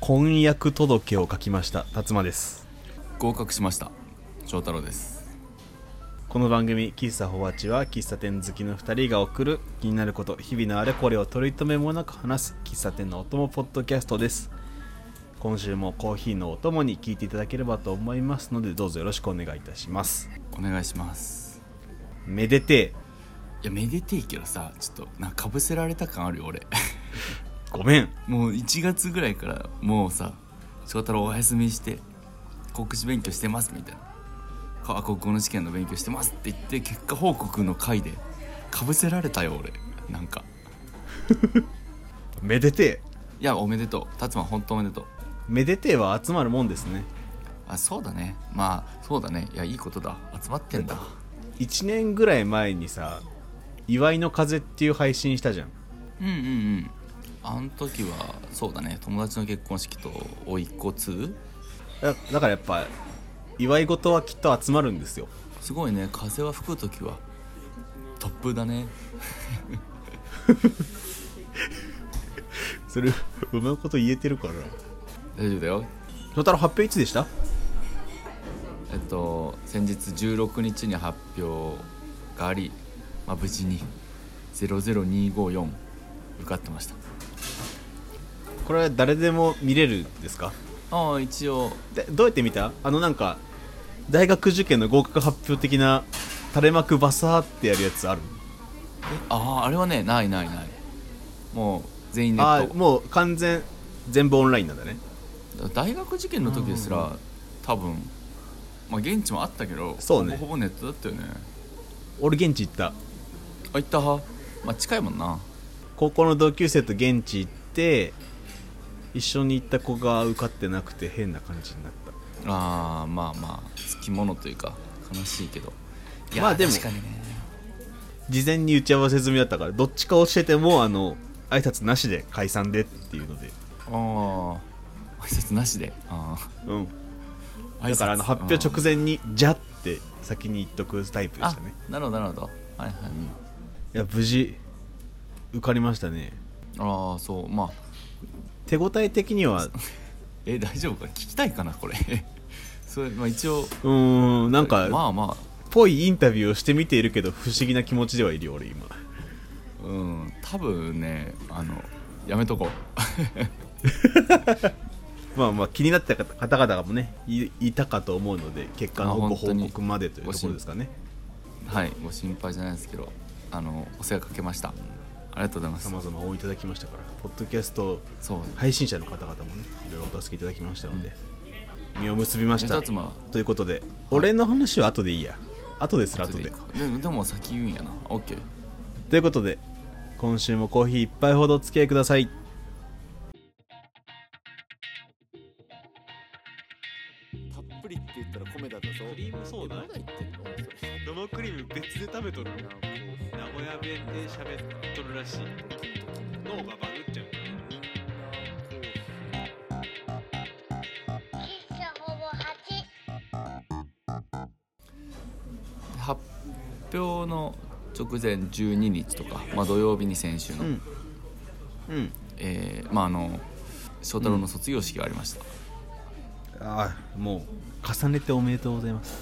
婚約届を書きました辰馬です合格しました翔太郎ですこの番組「喫茶ホワチ」は喫茶店好きの2人が送る気になること日々のあれこれを取り留めもなく話す喫茶店のお供ポッドキャストです今週もコーヒーのお供に聞いていただければと思いますのでどうぞよろしくお願いいたしますお願いしますめでていやめでてえけどさちょっとなんかかぶせられた感あるよ俺え ごめんもう1月ぐらいからもうさ翔太郎お休みして国試勉強してますみたいなか国語の試験の勉強してますって言って結果報告の回でかぶせられたよ俺なんかめでてえいやおめでとう達馬本当おめでとうめでてえは集まるもんですねあそうだねまあそうだねいやいいことだ集まってんだ1年ぐらい前にさ「祝いの風」っていう配信したじゃんうんうんうんあの時はそうだね友達の結婚式と甥っ子2だだからやっぱ祝い事はきっと集まるんですよすごいね風は吹く時は突風だねそれうまいこと言えてるから大丈夫だよ翔太郎発表いつでしたえっと先日16日に発表があり、まあ、無事に00254受かってましたこれは誰でも見れるんですかああ一応でどうやって見たあのなんか大学受験の合格発表的な垂れ幕バサーってやるやつあるあああれはねないないないもう全員ネあッあトもう完全全部オンラインなんだね大学受験の時ですら、多分まあ現地もあったけどそうねほぼほぼネットだったよね俺現地行ったあ行ったはまあ近いもんな高校の同級生と現地行って一緒に行った子が受かってなくて変な感じになったあーまあまあつきものというか悲しいけどいやーまあでも確かにね事前に打ち合わせ済みだったからどっちか教えてもあの挨拶なしで解散でっていうのでああ挨拶なしであうんあだからあの発表直前に「じゃ」って先に言っとくタイプであしたねなるほどなるほどはいはい、いや無事受かりましたねああそうまあ手応え的にはえ大丈夫か聞きたいかなこれ それまあ一応うーんなんまかあまぽいインタビューをしてみているけど不思議な気持ちではいるよ俺今あうん多分ねあのやめとこう まあまあ気になった方方々もねいいたかと思うので結果のあご本当報に告までというところですかねはいご心配じゃないですけどあのお世話かけましたありがとうございまさすまざま応援いただきましたからポッドキャストそう配信者の方々もねいろいろお助けいただきましたので、実を結びました目立つまということで俺の話は後でいいや後ですら後後ででいいかでもでも先言うんやなオッケーということで今週もコーヒー一杯ほどお付き合いくださいたっぷりって言ったら米だとそうクリームソーダえまだ言ってるの生クリーム別で食べとる名古屋弁で喋っとるらしい脳がバグっちゃう喫茶ほぼ8。発表の直前12日とか、まあ、土曜日に先週の、うんうんえーまああの翔太郎の卒業式がありました、ああもう重ねておめでとうございます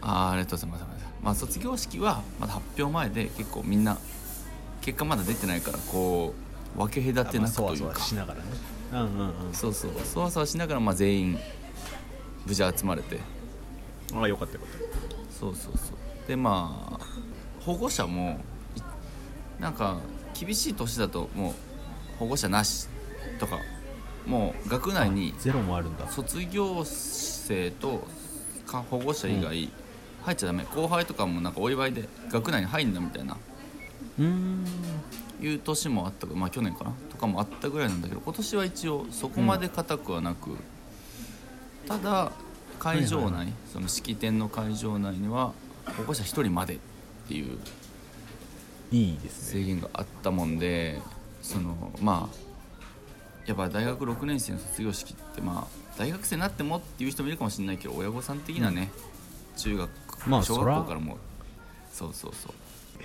あーありがとうございますありがとうございます、まあ、卒業式はまだ発表前で結構みんな結果まだ出てないからこう分け隔てなくそとわいうそか、わしながらねうんうんそうそうそわそわしながらまあ全員無事集まれてうんああよかったよかっそうそうそうでまあ保護者もいなんか厳しい年だともう保護者なしとかもう学内にたゼロもあるんだ卒業生とか保護者以外入っちゃダメ、後輩とかもなんかお祝いで学内に入んだみたいなうーんいう年もあったまあ去年かなとかもあったぐらいなんだけど今年は一応そこまで硬くはなく、ただ会場内、はいはその式典の会場内には保護者1人までっていういいですね制限があったもんでそのまあやっぱ大学6年生の卒業式ってまあ大学生になってもっていう人もいるかもしれないけど親御さん的なね、中学、まあ小そ学ら校からもうそうそうそう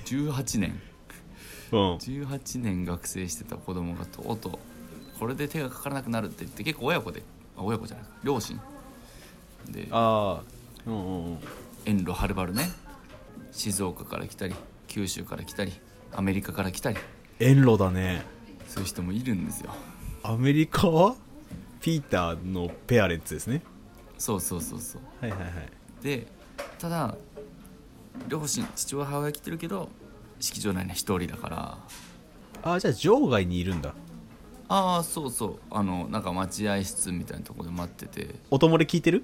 18年うん18年学生してた子供がとうとうこれで手がかからなくなるって言って結構親子であ親子じゃないか両親でああうんうんうん遠路はるばるね静岡から来たり九州から来たりアメリカから来たり遠路だねそういう人もいるんですよアメリカはピーターのペアレンツですねそうそうそうそうはいはいはいでただ両親父親母親来てるけど式場内には一人だからああじゃあ場外にいるんだああそうそうあのなんか待合室みたいなとこで待ってておともれ聞いてる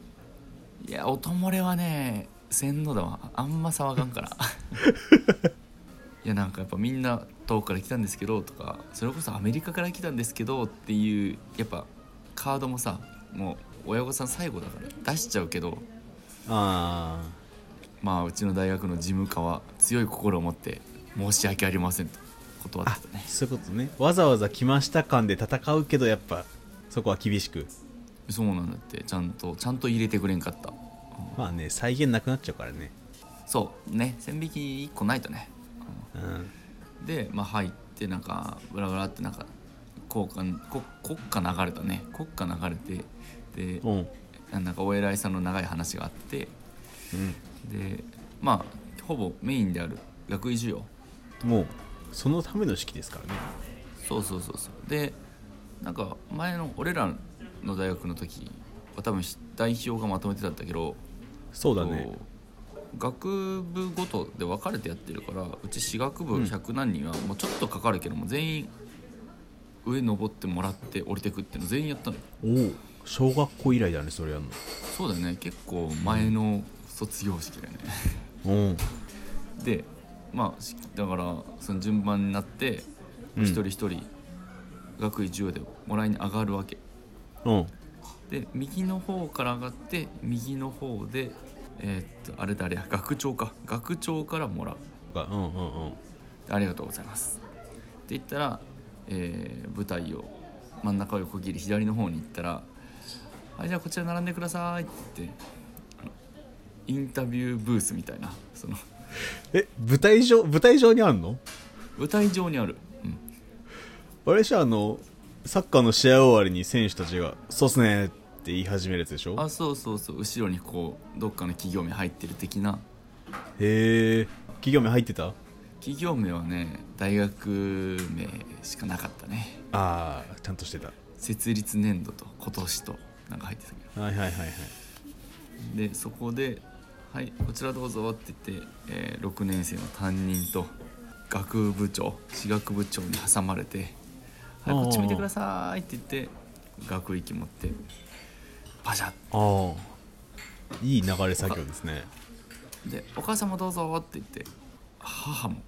いや音漏れはねせんのだわあんま騒がんからいやなんかやっぱみんな遠くから来たんですけどとかそれこそアメリカから来たんですけどっていうやっぱカードもさもう親御さん最後だから出しちゃうけどああまあうちの大学の事務課は強い心を持って申し訳ありませんと断ってたねそういうことねわざわざ来ました感で戦うけどやっぱそこは厳しくそうなんだってちゃんとちゃんと入れてくれんかったまあね再現なくなっちゃうからねそうね線引き1個ないとねうんで、まあ、入ってなんかブラブラってなんか国歌こ国歌流れたね国歌流れてでうんなんかお偉いさんの長い話があってうでまあほぼメインである学位授業んもうそのための式ですからねそうそうそうそうでなんか前の俺らの大学の時は多分代表がまとめてたんだけどそうだね学部ごとで分かれてやってるからうち私学部100何人は、もうちょっとかかるけども全員上登ってもらって降りてくっていうの全員やったのおお小学校以来だねそれやんそうだよね結構前の卒業式だよねのうんでまあしだからその順番になって、うん一人一人学位授業でもらいに上がるわけうんで右の方から上がって右の方でえーっとあれだあれや学長か学長からもらうがうんうんうんありがとうございます。って言ったら、えー舞台を真ん中を横切り左の方に行ったら「はいじゃあこちら並んでください」って言ってあのインタビューブースみたいなそのえ舞台上舞台上にあんの舞台上にある、うん、あれじゃあのサッカーの試合終わりに選手たちが「そうっすね」って言い始めるやつでしょあそうそうそう後ろにこうどっかの企業名入ってる的なへえ企業名入ってた企業名はね大学名しかなかったねああちゃんとしてた設立年度と今年となんか入ってたけどはいはいはいはいでそこで「はいこちらどうぞ」って言って、え6年生の担任と学部長私学部長に挟まれて「はいおうおうおうこっち見てください」って言って学域持ってパシャッああいい流れ作業ですねで「お母様どうぞ」って言って母も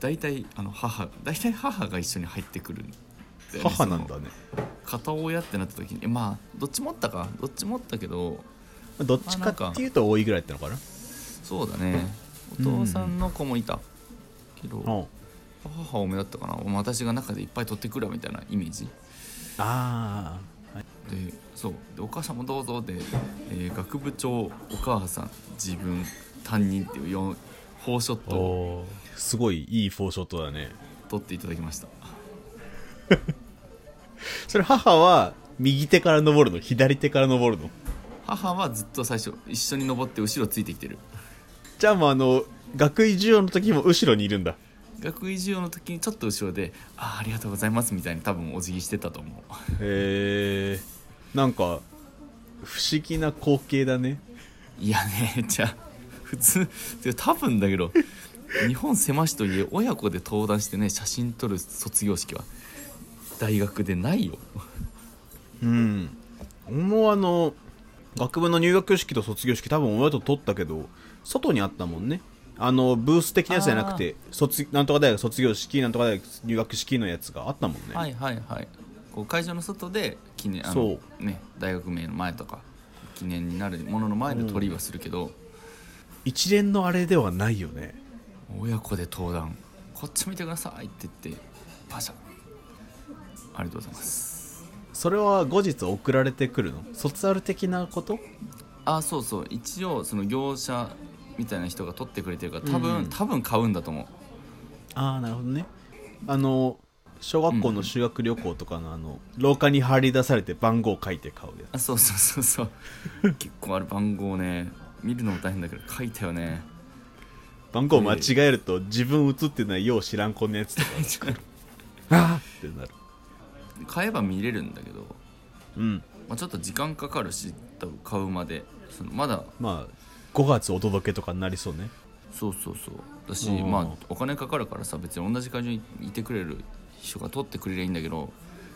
大体あの母大体母が一緒に入ってくるんだよね母なんだねその片親ってなった時にえまあどっち持ったかどっち持ったけどどっちかっていうと多いぐらいってのかなそうだねお父さんの子もいたけど、うん母多めだったかな私が中でいっぱい取ってくるわみたいなイメージああでそうでお母さんもどうぞで、えー学部長お母さん自分担任っていう4フォーショットをおーすごいいいフォーショットだね取っていただきましたそれ母は右手から登るの左手から登るの母はずっと最初一緒に登って後ろついてきてるじゃあもうあの学位授業の時も後ろにいるんだ学位授業の時にちょっと後ろで「あーありがとうございます」みたいに多分お辞儀してたと思うへえんか不思議な光景だねいやねじゃあ普通てか多分だけど 日本狭しといえ親子で登壇してね写真撮る卒業式は大学でないようんもうあの学部の入学式と卒業式多分親と取ったけど外にあったもんねあのブース的なやつじゃなくて卒なんとか大学卒業式なんとか大学入学式のやつがあったもんね、はいはいはいこう会場の外で記念あのそね大学名の前とか記念になるものの前で撮りはするけど、一連のあれではないよね親子で登壇こっち見てくださいって言ってパシャありがとうございますそれは後日送られてくるの卒アル的なことあそうそう一応その業者みたいな人が撮ってくれてるから多分、うん多分買うんだと思うああなるほどねあの小学校の修学旅行とかのあの廊下に張り出されて番号書いて買うやあそうそうそうそう結構ある番号ね見るのも大変だけど書いたよねつ番号間違えると自分写ってないよう知らん子のやつとかあーってなる買えば見れるんだけど、うんまあ、ちょっと時間かかるし多分買うまでそのまだまあ5月お届けとかになりそうねそうそうそうだし、うんまあお金かかるからさ別に同じ会場にいてくれる人が取ってくれりゃいいんだけど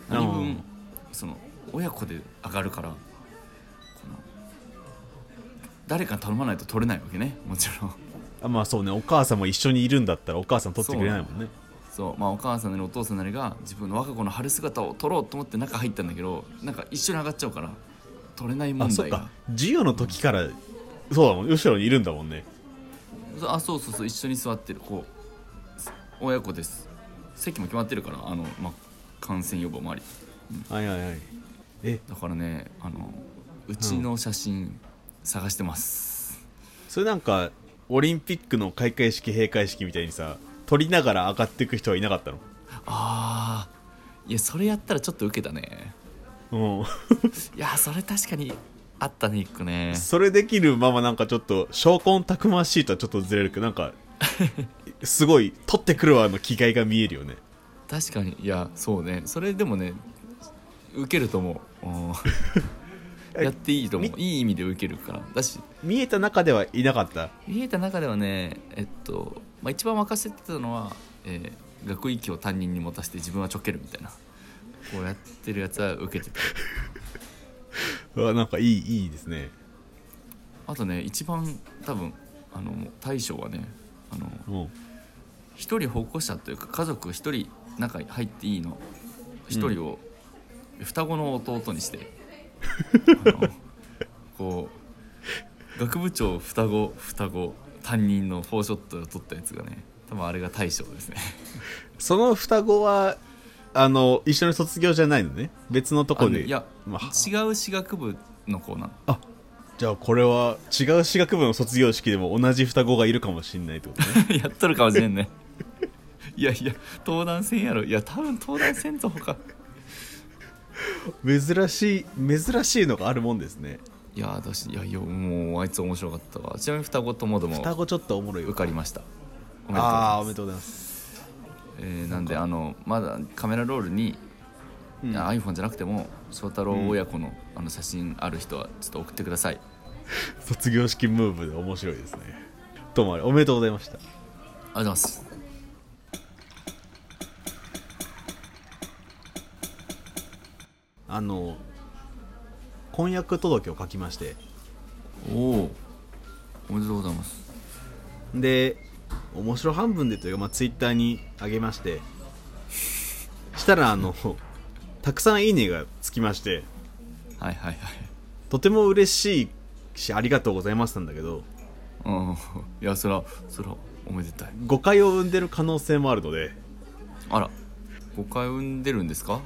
何分、うんその親子で上がるからこの誰か頼まないと取れないわけねもちろんあまあそうねお母さんも一緒にいるんだったらお母さん撮ってくれないもんねそうまあお母さんなりお父さんなりが自分の我が子の春姿を撮ろうと思って中入ったんだけどなんか一緒に上がっちゃうから撮れないあ問そっ題がか授業の時からそうだもん後ろにいるんだもんねそうあそうそうそう一緒に座ってるこう親子です席も決まってるからあの、まあ、感染予防もありはいはいはいえだからねあのうちの写真探してます、それなんかオリンピックの開会式閉会式みたいにさ撮りながら上がっていく人はいなかったあーいやそれやったらちょっと受けたねのうんいやそれ確かにあったね一個ねそれできるままなんかちょっと証拠たくましいとはちょっとずれるけどなんかすごい取ってくるわの気概が見えるよね確かにいやそうねそれでもね受けると思ううんやっていいと思ういい意味で受けるからだし見えた中ではいなかった見えた中ではねえっと、まあ、一番任せてたのは、えー学域を担任に持たせて自分はちょけるみたいなこうやってるやつは受けてたうわなんかいいいいですねあとね一番多分あの大将はねあのうん一人保護者というか家族一人中に入っていいの一人を双子の弟にして、 あのこう学部長双子双子担任のフォーショットを撮ったやつがね多分あれが大将ですねその双子はあの一緒に卒業じゃないのね別のとこあのでいや、まあ、違う私学部の子なのじゃあこれは違う私学部の卒業式でも同じ双子がいるかもしれないってこと ねやっとるかもしれんね。 いやいや、登壇せんやろ。いや、多分登壇せんぞ、ほか。珍しい珍しいのがあるもんですねいや、私、いや、よもう、あいつ面白かったわ。ちなみに双子ともども双子ちょっとおもろい受よかりました。おめでとうございああまおすめでとうございますえーなんで、あの、まだカメラロールに、うんいや iPhone じゃなくても、翔太郎親子の,、あの写真ある人は、ちょっと送ってください。卒業式ムーブで面白いですねどうもあれおめでとうございましたありがとうございます。あの婚約届を書きましておお、おめでとうございます。で面白半分でというか、まあ、ツイッターに上げましてしたらあのたくさん「いいね」がつきましてはいはいはい。 とても嬉しいしありがとうございますなんだけどうん、いや、そら、そら、おめでたい。誤解を生んでる可能性もあるのであら、誤解を生んでるんですか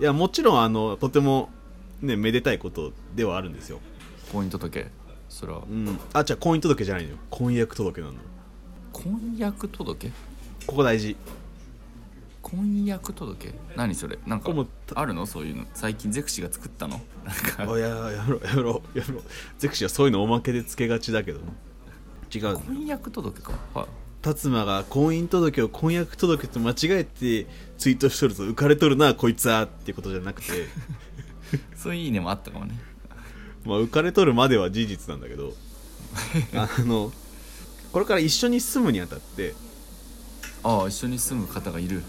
いやもちろんあのとても、ね、めでたいことではあるんですよ、婚姻届それはうん、あじゃあ婚姻届じゃないのよ婚約届なの婚約届ここ大事婚約届何それなんかこれもあるのそういうの最近ゼクシーが作ったのなんかあいややめろやめろやめろゼクシーはそういうのおまけでつけがちだけど違う婚約届かはい達馬が婚姻届を婚約届と間違えてツイートしとると浮かれとるなこいつはっていうことじゃなく てそういういいねもあったかもねまあ浮かれとるまでは事実なんだけ どあのこれから一緒に住むにあたってああ一緒に住む方がいる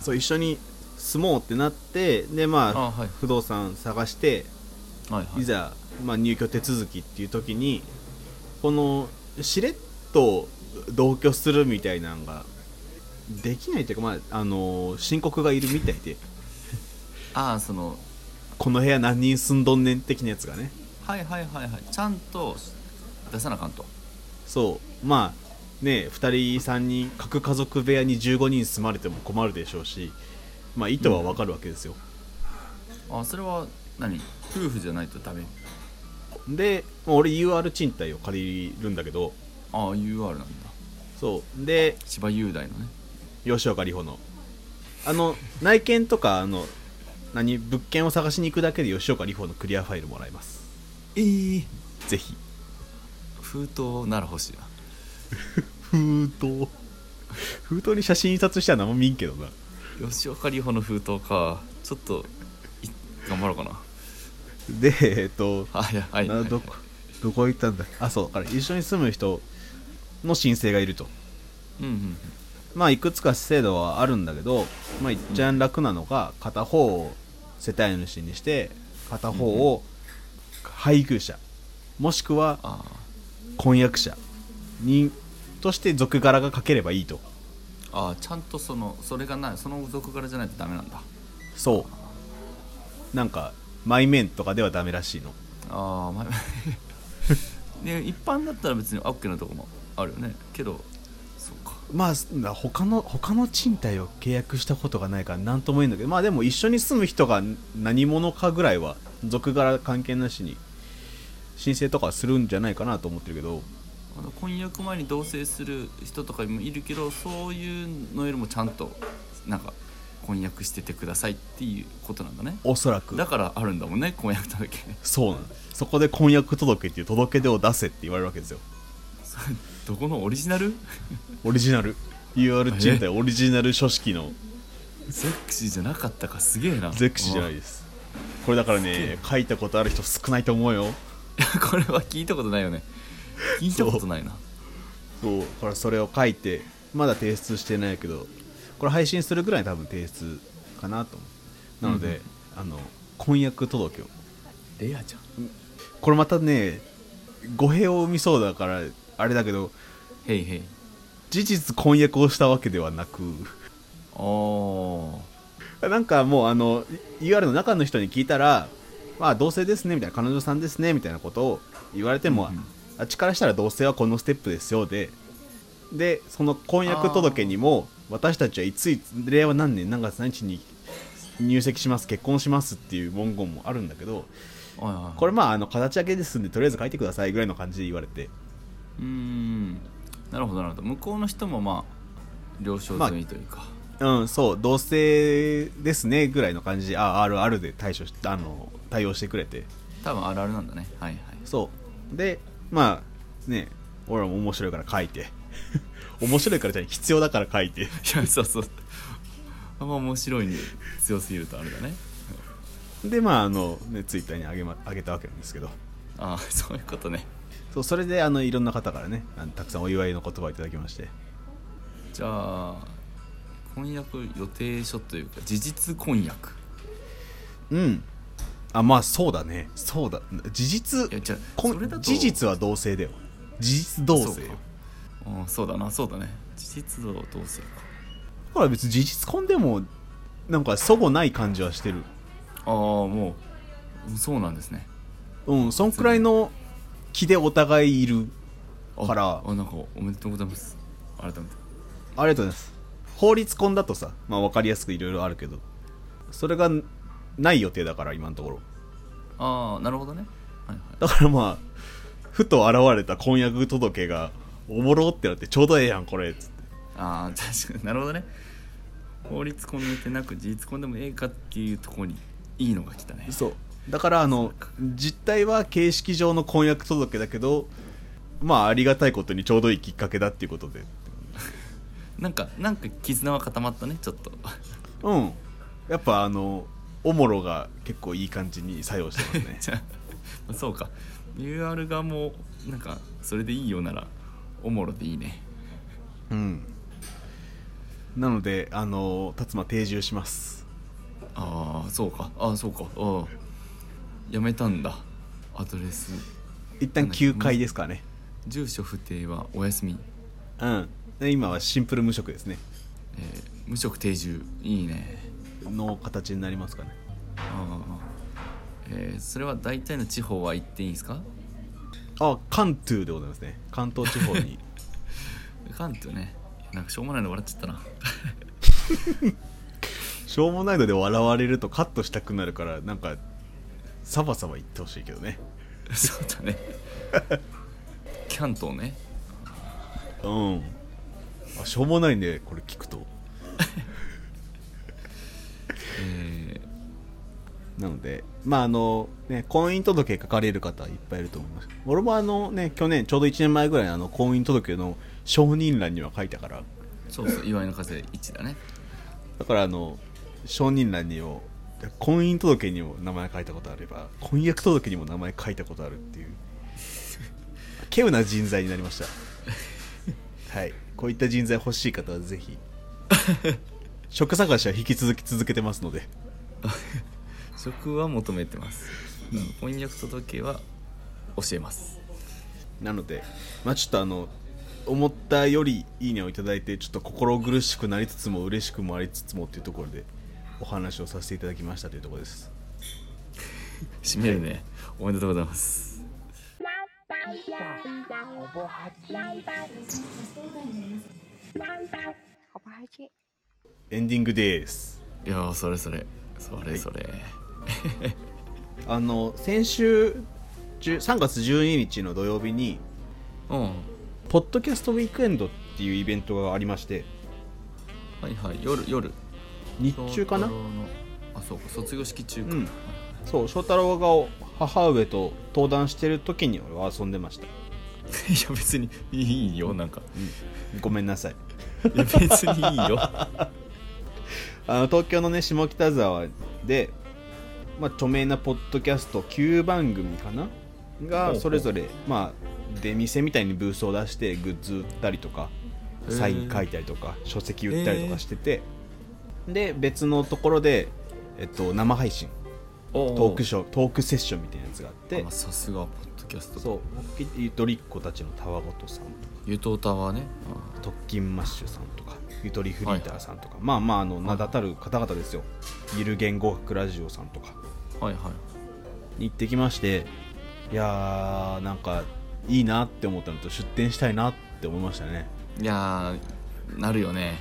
そう一緒に住もうってなってでまああはい不動産探してはいはいいざ、まあ、入居手続きっていう時にこのしれっと同居するみたいなのができないというか、まあ、あの申告がいるみたいでああそのこの部屋何人住んどんねん的なやつがねはいはいはいはいちゃんと出さなあかんとそうまあね2人3人各家族部屋に15人住まれても困るでしょうしまあ意図はわかるわけですよ、ああそれは何夫婦じゃないとダメでまあ俺 UR 賃貸を借りるんだけどああ UR なんだそうで千葉雄大のね吉岡里帆のあの内見とかあの何物件を探しに行くだけで吉岡里帆のクリアファイルもらえますえー、ぜひ封筒なら欲しいな封筒封筒に写真印刷したら何も見んけどな吉岡里帆の封筒かちょっとい頑張ろうかなでえっとはいやはいなはいどこどこ行ったんだあそうだから一緒に住む人の申請がいるとうんうんまあいくつか制度はあるんだけどまあ一番楽なのが片方を世帯主にして片方を配偶者もしくはあ婚約者にとして俗柄が書ければいいとーあーちゃんとそのそれがないその族からじゃないとダメなんだそうなんかマイメンとかではダメらしいのああまあ ね一般だったら別にオッケーなとこもあるよねけどそうかまあ他の他の賃貸を契約したことがないから何とも言うんだけどまあでも一緒に住む人が何者かぐらいは俗柄関係なしに申請とかするんじゃないかなと思ってるけどあの婚約前に同棲する人とかもいるけどそういうのよりもちゃんとなんか婚約しててくださいっていうことなんだねおそらくだからあるんだもんね婚約届 そうなんですそこで婚約届っていう届け出を出せって言われるわけですよそれどこのオリジ ナルオリジナル UR 賃貸オリジナル書式のゼクシーじゃなかったかすげえなゼクシーじゃないいですこれだからね書いたことある人少ないと思うよ これは聞いたことないよね聞いたことないなそうこれそれを書いてまだ提出してないけどこれ配信するぐらい多分提出かなと思うなので、あの婚約届をレアじゃんこれまたね語弊を生みそうだからあれだけどへいへい事実婚約をしたわけではなくおーなんかもうあの UR の中の人に聞いたらまあ同性ですねみたいな彼女さんですねみたいなことを言われても、うんうんあっちからしたら同性はこのステップですよででその婚約届にも私たちはいついつ令和何年何月何日に入籍します結婚しますっていう文言もあるんだけどおいおいこれまああの形だけですんでとりあえず書いてくださいぐらいの感じで言われてうーんなるほどなるほど向こうの人もまあ了承済みというか、うんそう同性ですねぐらいの感じでああるあるで対処しあの対応してくれて多分あるあるなんだねはいはいそうでまあね俺らも面白いから書いて 面白いからじゃない必要だから書いていやそうそうあんま面白いに強すぎるとあれだねでまああの、ね、ツイッターにあげ,、ま、あげたわけなんですけどああそういうことねそうそれであのいろんな方からねあのたくさんお祝いの言葉をいただきましてじゃあ婚約予定書というか事実婚約うんあまあそうだねそうだ事実いやじゃあこんそれだと事実は同性だよ事実同そ性うよかうんそうだなそうだね事実同性かだから別に事実婚でもなんかそごない感じはしてるああもうそうなんですねうんそんくらいの気でお互いいるあからあなんかおめでとうございます改めてありがとうございます法律婚だとさ、まあ、分かりやすくいろいろあるけどそれがない予定だから今のところああなるほどねはいはいだからまあふと現れた婚約届がおもろってなってちょうどええやんこれっつってああ確かになるほどね法律婚にてなく事実婚でもええかっていうところにいいのが来たねそうだからあの実態は形式上の婚約届だけどまあありがたいことにちょうどいいきっかけだっていうことでなんかなんか絆は固まったねちょっと うんやっぱあのおもろが結構いい感じに作用してます ねじゃあそうか UR がもうなんかそれでいいようならおもろでいいねうんなのであの辰馬定住しますああそうかああそうかああやめたんだアドレス一旦9階ですからね住所不定はお休み、うんで今はシンプル無職ですねえー無職定住いいねの形になりますかねああ、えーそれは大体の地方は行っていいんですかあ関東でございますね関東地方に関東ねなんかしょうもないの笑っちゃったな しょうもないので笑われるとカットしたくなるからなんかサバサバ言ってほしいけどねそうだねキャントねうんあしょうもないねこれ聞くとなのでまああのね婚姻届書かれる方いっぱいいると思います俺もあのね去年ちょうど1年前ぐらいにあの婚姻届の承認欄には書いたからそうそう祝いの風1だねだからあの承認欄にも婚姻届にも名前書いたことあれば婚約届にも名前書いたことあるっていう稀有な人材になりましたはいこういった人材欲しい方はぜひ職探しは引き続き続けてますので職は求めてます翻訳届は教えますなのでまあちょっとあの思ったよりいいねをいただいてちょっと心苦しくなりつつも嬉しくもありつつもっていうところでお話をさせていただきましたというところです締めるねおめでとうございますほぼ八。ほぼ八。エンディングですいやーそれそれそれそれ、あの先週10 3月12日の土曜日にうんポッドキャストウィークエンドっていうイベントがありましてはいはい夜夜日中かな翔太郎のあそうか卒業式中か、う んそう翔太郎が母上と登壇してる時に俺は遊んでましたいや別にいいよなんかごめんなさいいや別にいいよあの東京のね下北沢で、まあ、著名なポッドキャスト9番組かなほうがほうそれぞれ、まあ、出店みたいにブースを出してグッズ売ったりとかへーサイン書いたりとか書籍売ったりとかしてて、で別のところで、えっと、生配信 おトークシショートークセッションみたいなやつがあってさすがポッドキャストそうゆとりっ子たちのたわごとさんとかゆとうたはね特勤マッシュさんとかゆとりフリーターさんとか、まあまああの名だたる方々ですよゆる言語学ラジオさんとか。はいはい行ってきましていやーなんかいいなって思ったのと出店したいなって思いましたねいやーなるよね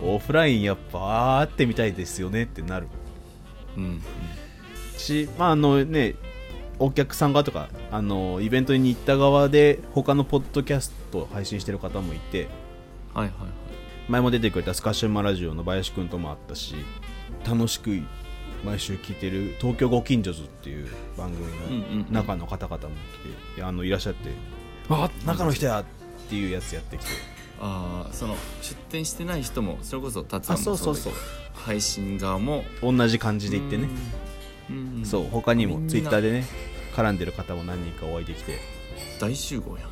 オフラインやっぱ会ってみたいですよねってなるうんしまああのねお客さん側とかあのイベントに行った側で他のポッドキャストを配信してる方もいてはいはいはい前も出てくれたスカッシュマラジオの林くんともあったし楽しく毎週聞いてる「東京ご近所図」っていう番組の中の方々も来て、いやあのいらっしゃってあ中の人やっていうやつやってきてあーその出店してない人もそれこそ達也あそもうそそううそそうう配信側も同じ感じで行ってねうんそう他にみんもなツイッターでね絡んでる方も何人かお会いできて大集合やん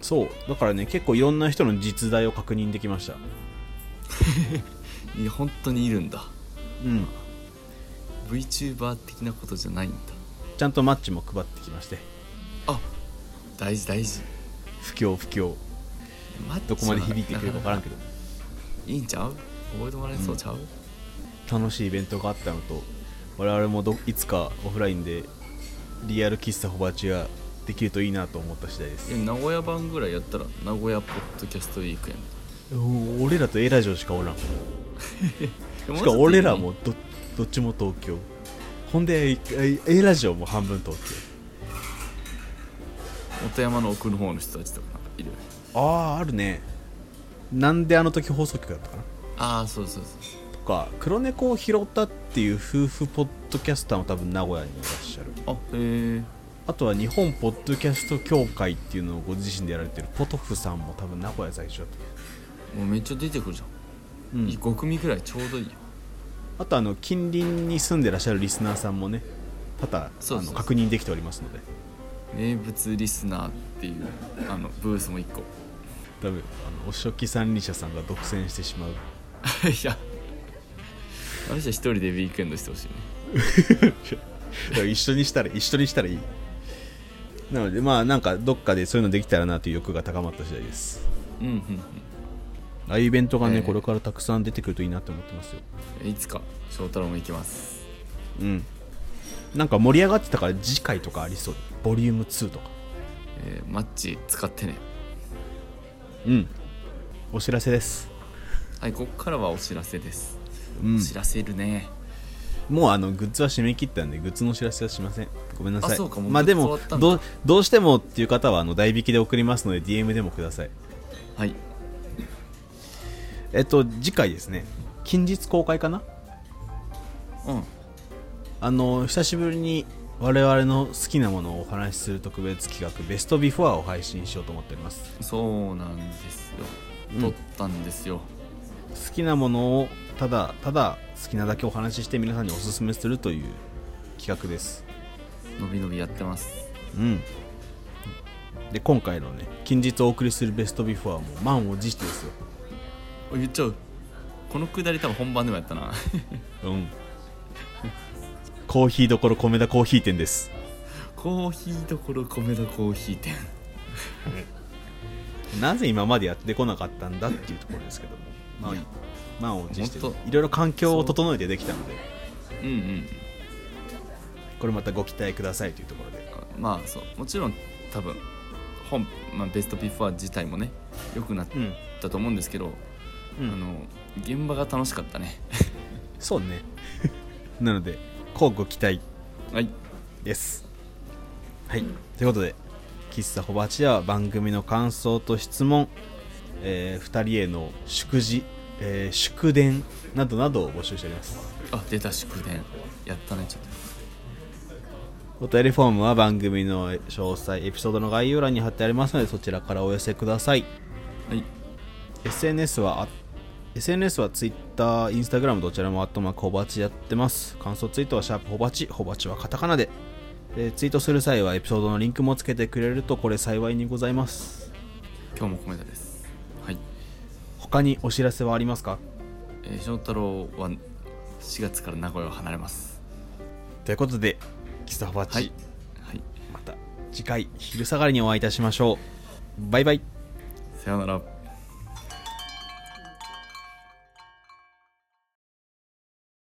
そうだからね結構いろんな人の実在を確認できましたいや本当にいるんだうん VTuber 的なことじゃないんだちゃんとマッチも配ってきましてあ大事大事不況不況待ってどこまで響いてくるか分からんけどいいんちゃう覚えてもらえそうちゃう、楽しいイベントがあったのと我々もどいつかオフラインでリアル喫茶ホバチができるといいなと思った次第ですいや名古屋版ぐらいやったら名古屋ポッドキャストウィークエンうん俺らと A ラジオしかおらんドしかも俺らももどどっちも東京ほんでえ A ラジオも半分東京本山の奥の方の人たちとかいるあああるねなんであの時放送局だったかなああそうそうそうとか黒猫を拾ったっていう夫婦ポッドキャスターも多分名古屋にいらっしゃるあへえあとは日本ポッドキャスト協会っていうのをご自身でやられてるポトフさんも多分名古屋在住だともうめっちゃ出てくるじゃ、思う、うんん、 5組ぐらいちょうどいいよあとあの近隣に住んでらっしゃるリスナーさんもね多々あそうそうそのう確認できておりますので名物リスナーっていうあのブースも1個多分あのお初期三輪車さんが独占してしまう いやあの人は一人でウィークエンドしてほしいねだから一緒にしたら 一緒にしたらいいなのでまあなんかどっかでそういうのできたらなという欲が高まった次第ですうんうんああいうイベントがね、ええこれからたくさん出てくるといいなって思ってますようんいつか翔太郎も行きますうんなんか盛り上がってたから次回とかありそうボリューム2とかえーマッチ使ってねうんお知らせですはいここからはお知らせです、うんお知らせるねもうあのグッズは締め切ったんでグッズのお知らせはしませんごめんなさいあそうかもうまあでグもッズ終わったんどだうどうしてもっていう方はあの代引きで送りますので DM でもくださいはいえっと次回ですね近日公開かなうんあの久しぶりに我々の好きなものをお話しする特別企画ベストビフォアを配信しようと思っておりますそうなんですようん撮ったんですよ、好きなものをただただ好きなだけお話しして皆さんにおすすめするという企画ですのびのびやってますうんで今回のね近日お送りするベストビフォアも満を持してですよお言っちゃうこのくだり多分本番でもやった なうんコーヒーどころ米田コーヒー店ですコーヒーどころ米田コーヒー店なぜ今までやってこなかったんだっていうところですけどもまあいや満を持して本いろいろ環境を整えてできたのでうんうんこれまたご期待くださいというところでまあそうもちろん多分本、まあ、ベストビフォア自体もね良くなっうん、たと思うんですけど、うんあの現場が楽しかったねそうね なので乞うご期待はいですはいということで喫茶ホバチアは番組の感想と質問、え2人への祝辞、えー祝電などなどを募集しておりますあ出た祝電やったねちょっお便りフォームは番組の詳細エピソードの概要欄に貼ってありますのでそちらからお寄せくださいとはい SNS はあ SNS は Twitter、Instagram どちらもアットマークホバチやってます。感想ツイートはシャープホバチ、ホバチはカタカナで。えーツイートする際はエピソードのリンクもつけてくれるとこれ幸いにございます。今日も米田ですはい他にお知らせはありますかえー翔太郎は4月から名古屋を離れますということで、キスタホバチ、はいはいまた次回昼下がりにお会いいたしましょう。バイバイ。さようなら